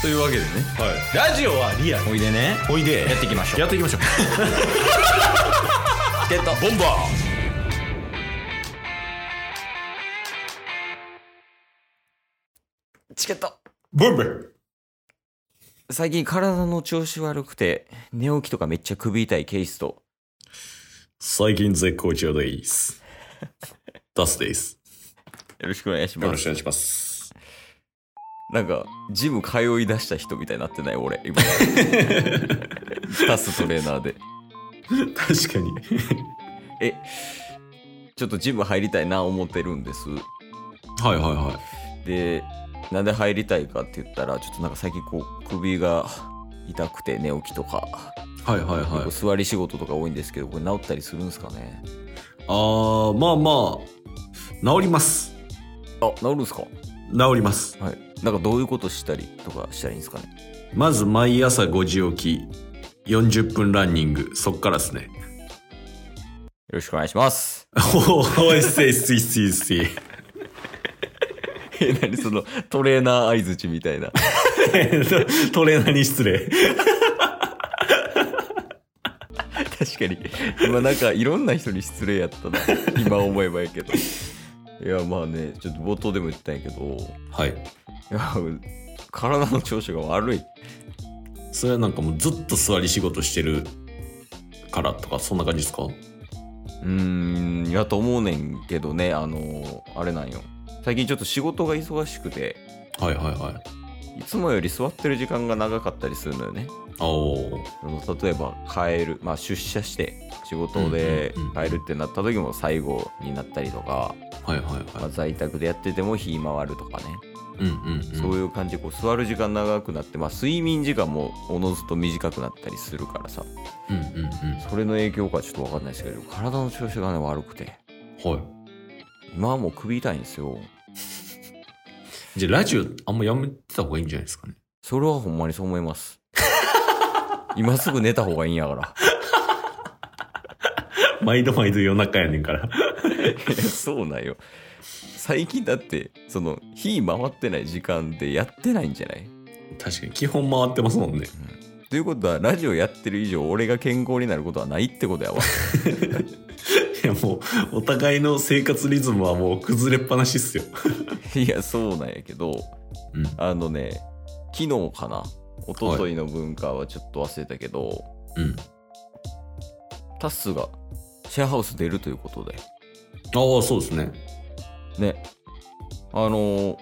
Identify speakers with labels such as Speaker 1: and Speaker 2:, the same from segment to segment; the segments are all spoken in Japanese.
Speaker 1: というわけでね
Speaker 2: はい、ラジオはリアル
Speaker 1: おいでね
Speaker 2: おいで
Speaker 1: やっていきましょう
Speaker 2: やっていきましょう
Speaker 1: ゲット
Speaker 2: ボンバ
Speaker 1: チケット
Speaker 2: ーボンバー
Speaker 1: 最近体の調子悪くて寝起きとかめっちゃ首痛いケイスと
Speaker 2: 最近絶好調 ですダスです
Speaker 1: よろしくお願いし
Speaker 2: よ
Speaker 1: ま
Speaker 2: ろしくお
Speaker 1: す
Speaker 2: 願いします
Speaker 1: なんかジム通い出した人みたいになってない俺 今タストレーナーで
Speaker 2: 確かに
Speaker 1: えちょっとジム入りたいな思ってるんです
Speaker 2: はいはいは
Speaker 1: でなんで入りたいかって言ったらちょっとなんか最近こう首が痛くて寝起きとか、
Speaker 2: いはいはいはい
Speaker 1: 座り仕事とか多いんですけどこれ治ったりするんですかね
Speaker 2: あーまあまあ治ります
Speaker 1: あ治るんですか
Speaker 2: 治ります
Speaker 1: はいなんかどういうことしたりとかしたらいいんですかね
Speaker 2: まず毎朝5時起き40分ランニングそっからですね
Speaker 1: よろしくお願いします。
Speaker 2: おおいせいすいすいすい
Speaker 1: え、何そのトレーナー相づちみたいな。
Speaker 2: トレーナーに失礼
Speaker 1: 確かに。今なんかいろんな人に失礼や ったな。今思えばやけど。いや、まあね、ちょっと冒頭でも言ったんやけど、
Speaker 2: はい
Speaker 1: いや体の調子が悪い。
Speaker 2: それはなんかもうずっと座り仕事してるからとかそんな感じですか
Speaker 1: うーん、やと思うねんけどね、あの、あれなんよ。最近ちょっと仕事が忙しくて、
Speaker 2: はいはいはい
Speaker 1: いつもより座ってる時間が長かったりするのよね。
Speaker 2: お
Speaker 1: あの例えば帰る、まあ、出社して仕事で
Speaker 2: うんうんうん
Speaker 1: 帰るってなった時も最後になったりとか、
Speaker 2: はいはい
Speaker 1: まあ、
Speaker 2: は
Speaker 1: 在宅でやってても日回るとかね、
Speaker 2: いうんうん、うん、
Speaker 1: そういう感じでこう座る時間長くなって、まあ、睡眠時間もおのずと短くなったりするからさ
Speaker 2: うんうんうん
Speaker 1: それの影響かちょっと分かんないですけど体の調子がね悪くて
Speaker 2: は
Speaker 1: 今はもう首痛いんですよ
Speaker 2: いじゃあラジオあんまやめてた方がいいんじゃないですかね
Speaker 1: それはほんまにそう思います 今すぐ寝た方がいいんやから
Speaker 2: 毎度毎度夜中やねんから
Speaker 1: いや そうなんよ最近だってその火回ってない時間でやってないんじゃない
Speaker 2: 確かに基本回ってますもんね
Speaker 1: ということはラジオやってる以上俺が健康になることはないってことやわ
Speaker 2: いやもうお互いの生活リズムはもう崩れっぱなしっすよ
Speaker 1: いやそうなんやけど
Speaker 2: うん
Speaker 1: あのね昨日かな一昨日の文化はちょっと忘れたけど、
Speaker 2: うん
Speaker 1: タッスがシェアハウス出るということで
Speaker 2: ああそうですね
Speaker 1: ねあのー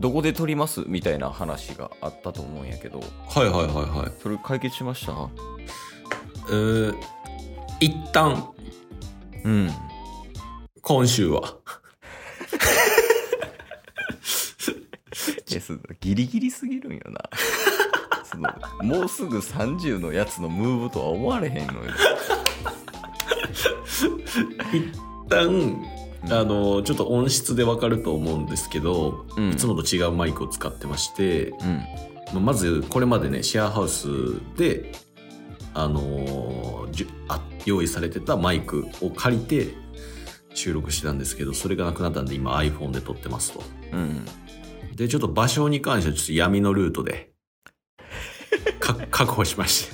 Speaker 1: どこで撮りますみたいな話があったと思うんやけど
Speaker 2: はいはいはいはい
Speaker 1: それ解決しました
Speaker 2: えー、一旦
Speaker 1: うん
Speaker 2: 今週は
Speaker 1: えそのギリギリすぎるんよな そのもうすぐ30のやつのムーブとは思われへんのよ
Speaker 2: 一旦あのちょっと音質でわかると思うんですけど、
Speaker 1: うん
Speaker 2: いつもと違うマイクを使ってまして、
Speaker 1: うん
Speaker 2: まあまずこれまでねシェアハウスであのじゅあ用意されてたマイクを借りて収録してたんですけどそれがなくなったんで今 iPhone で撮ってますと
Speaker 1: うん
Speaker 2: でちょっと場所に関してはちょっと闇のルートでか 確保しまし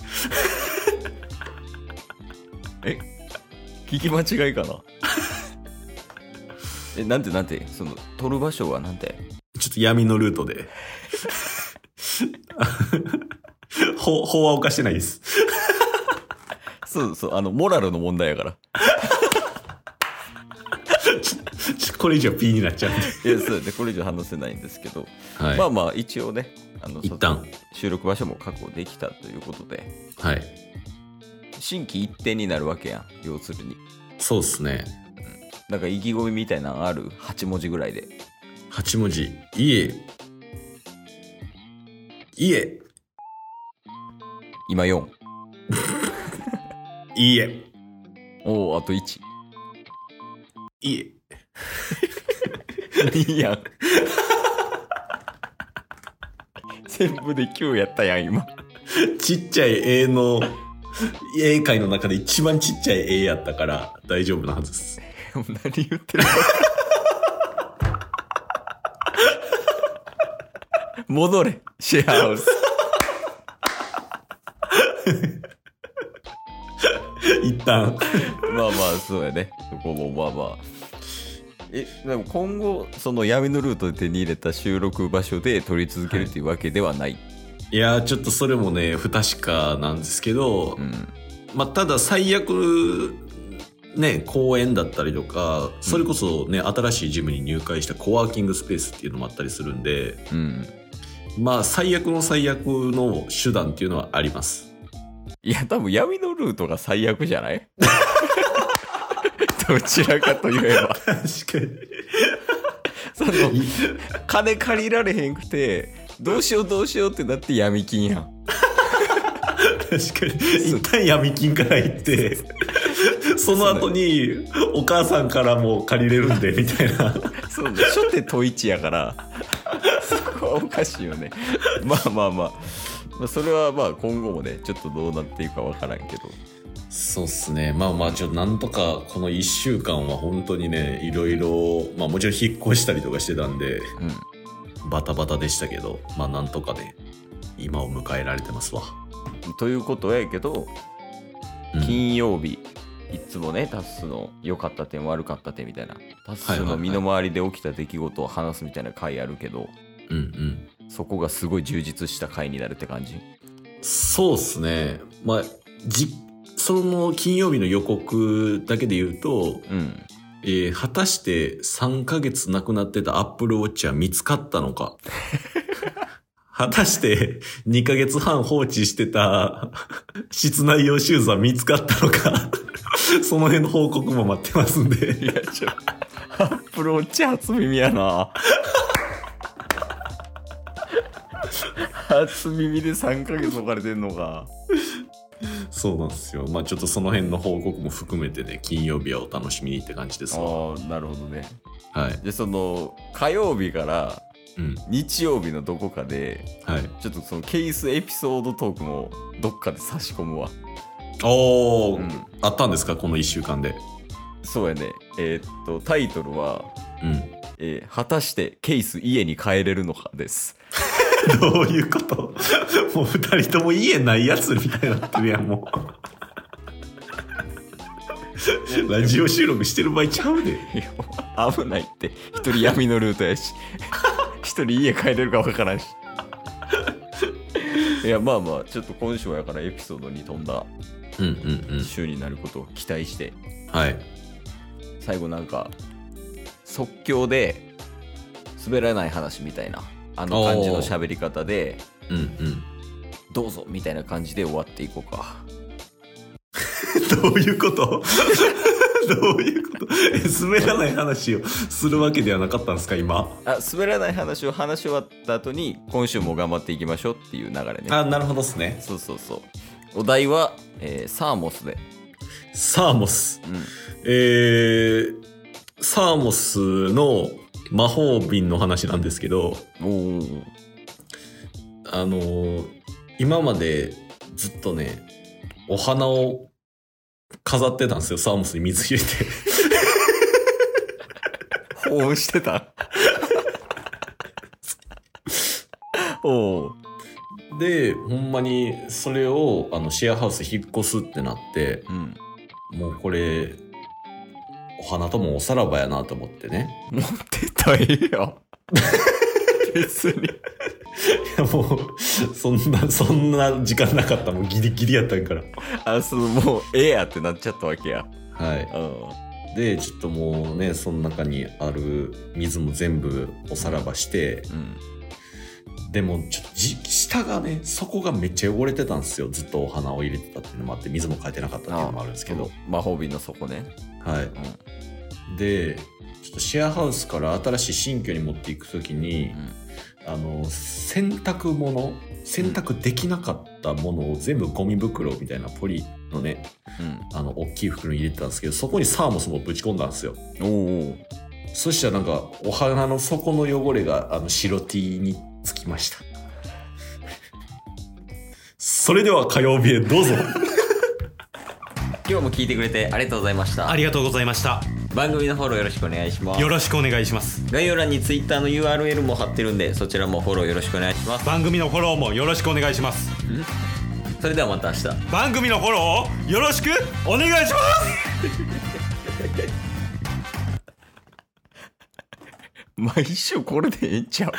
Speaker 2: て
Speaker 1: 聞き間違いか なえなんてなんてその撮る場所はなんて
Speaker 2: ちょっと闇のルートで 法法は犯してないです
Speaker 1: そうそうあのモラルの問題やから
Speaker 2: ちょこれ以上 P になっちゃうんで。
Speaker 1: いやそうでこれ以上話せないんですけど、
Speaker 2: はい。
Speaker 1: まあまあ一応ねあの
Speaker 2: 一旦。
Speaker 1: 収録場所も確保できたということで
Speaker 2: はい。
Speaker 1: 心機一転になるわけやん要するに
Speaker 2: そうっすね。
Speaker 1: なんか意気込みみたいなのある8文字ぐらいで
Speaker 2: 8文字。いえ。いえ。
Speaker 1: 今4
Speaker 2: いえ。
Speaker 1: おおあと1
Speaker 2: いえ。
Speaker 1: いいやん。 全部で9やったやん、今。
Speaker 2: ちっちゃい A の、A 界の中で一番ちっちゃい A やったから大丈夫なはずです。
Speaker 1: 何言ってるの戻れ。 シェアハウス。
Speaker 2: 一旦
Speaker 1: まあまあ、そうやね。そこもまあまあ。え、でも今後、その闇のルートで手に入れた収録場所で撮り続けるというわけではない。
Speaker 2: いやーちょっとそれもね不確かなんですけど、
Speaker 1: うん。
Speaker 2: まあ、ただ最悪ね公園だったりとかそれこそね、新しいジムに入会したコワーキングスペースっていうのもあったりするんで
Speaker 1: うん。
Speaker 2: まあ最悪の最悪の手段っていうのはあります
Speaker 1: いや、多分闇のルートが最悪じゃない どちらかといえば。
Speaker 2: 確かに
Speaker 1: その、金借りられへんくて、どうしようどうしようってなって闇金やん。
Speaker 2: 確かに一旦闇金から行ってその後にお母さんからも借りれるんでみたいな
Speaker 1: そうね。初手都一やから、そこはおかしいよね。まあまあまあ。まあそれはまあ今後もね、ちょっとどうなっていくかわからんけど。
Speaker 2: そうっすねまあまあちょっとなんとかこの1週間は本当にねいろいろまあもちろん引っ越したりとかしてたんで
Speaker 1: うん。
Speaker 2: バタバタでしたけどまあなんとかね今を迎えられてますわ、
Speaker 1: ということやけど、
Speaker 2: うん
Speaker 1: 金曜日、いつもね、タッスの良かった点、悪かった点みたいな、タッ
Speaker 2: はい
Speaker 1: ス
Speaker 2: はいは
Speaker 1: の
Speaker 2: い
Speaker 1: 身の回りで起きた出来事を話すみたいな回あるけど、
Speaker 2: うんうん
Speaker 1: そこがすごい充実した回になるって感じ。
Speaker 2: そうっすねまあじその金曜日の予告だけで言うと、
Speaker 1: うん。
Speaker 2: えー果たして3ヶ月なくなってたアップルウォッチは見つかったのか果たして2ヶ月半放置してた 室内用シューズは見つかったのか その辺の報告も待ってますんで。
Speaker 1: いや、ちょ、アップローチ初耳や な。初耳で3ヶ月置かれてんのか。
Speaker 2: そうなんですよ。まあちょっとその辺の報告も含めてね、金曜日はお楽しみにって感じです
Speaker 1: あ
Speaker 2: わ。
Speaker 1: あ、なるほどね。
Speaker 2: はい。
Speaker 1: で、その、火曜日から
Speaker 2: うん。
Speaker 1: 日曜日のどこかで、
Speaker 2: はい。
Speaker 1: ちょっとそのケースエピソードトークもどっかで差し込むわ。
Speaker 2: おー、
Speaker 1: うん
Speaker 2: あったんですかこの1週間で。
Speaker 1: そうやね。えーっと、タイトルは、
Speaker 2: うん。
Speaker 1: えー果たしてケース家に帰れるのかです。
Speaker 2: どういうこともう2人とも家ないやつみたいになってるやん、もう。 ラジオ収録してる場合ちゃうで。
Speaker 1: いや危ないって。一人闇のルートやし。一人家帰れるかわからんし。いや、まあまあ、ちょっと今週はやからエピソードに飛んだ
Speaker 2: うんうん
Speaker 1: 週になることを期待して、
Speaker 2: うん。はい。
Speaker 1: 最後なんか、即興で滑らない話みたいな、あの感じの喋り方で、
Speaker 2: うんうん。
Speaker 1: どうぞみたいな感じで終わっていこうか。
Speaker 2: どういうこと どういうことえ滑らない話をするわけではなかったんですか、今。
Speaker 1: あ滑らない話を話し終わった後に今週も頑張っていきましょうっていう流れね
Speaker 2: あ、なるほどっすね。
Speaker 1: そうそうそうお題は、えーサーモスで、
Speaker 2: サーモス。
Speaker 1: う
Speaker 2: えー、サーモスの魔法瓶の話なんですけど、
Speaker 1: ん、おー
Speaker 2: あのー今までずっとね、お花を飾ってたんですよ、サーモスに水入れて。
Speaker 1: 保温してたおー
Speaker 2: で、ほんまにそれをあのシェアハウス引っ越すってなって、
Speaker 1: うん
Speaker 2: もうこれ、お花ともおさらばやなと思ってね。
Speaker 1: 持ってったらいいよ別に
Speaker 2: いやもう、そんな、そんな時間なかった。もうギリギリやったんから。
Speaker 1: あそのもうええやってなっちゃったわけや
Speaker 2: はい。
Speaker 1: う
Speaker 2: でちょっともうねその中にある水も全部おさらばして
Speaker 1: んうん
Speaker 2: でもちょっとじ下がね底がめっちゃ汚れてたんですよずっとお花を入れてたっていうのもあって水も変えてなかったっていうのもあるんですけど
Speaker 1: 魔法瓶の底ね
Speaker 2: はい、でちょっとシェアハウスから新しい新居に持っていく時に、あの洗濯物洗濯できなかったものを全部ゴミ袋みたいなポリのねあの大きい袋に入れてたんですけどそこにサーモスもぶち込んだんですよ
Speaker 1: うんおー
Speaker 2: そしたらなんかお花の底の汚れがあの白 T につきました。 それでは火曜日へどうぞ。
Speaker 1: 今日も聞いてくれてありがとうございました
Speaker 3: ありがとうございました。
Speaker 1: 番組のフォローよろしくお願いします
Speaker 3: よろしくお願いします。
Speaker 1: 概要欄に Twitter の URL も貼ってるんでそちらもフォローよろしくお願いします
Speaker 3: 番組のフォローもよろしくお願いします
Speaker 1: それではまた明日
Speaker 3: 番組のフォローをよろしくお願いします
Speaker 1: 毎週これでええんちゃう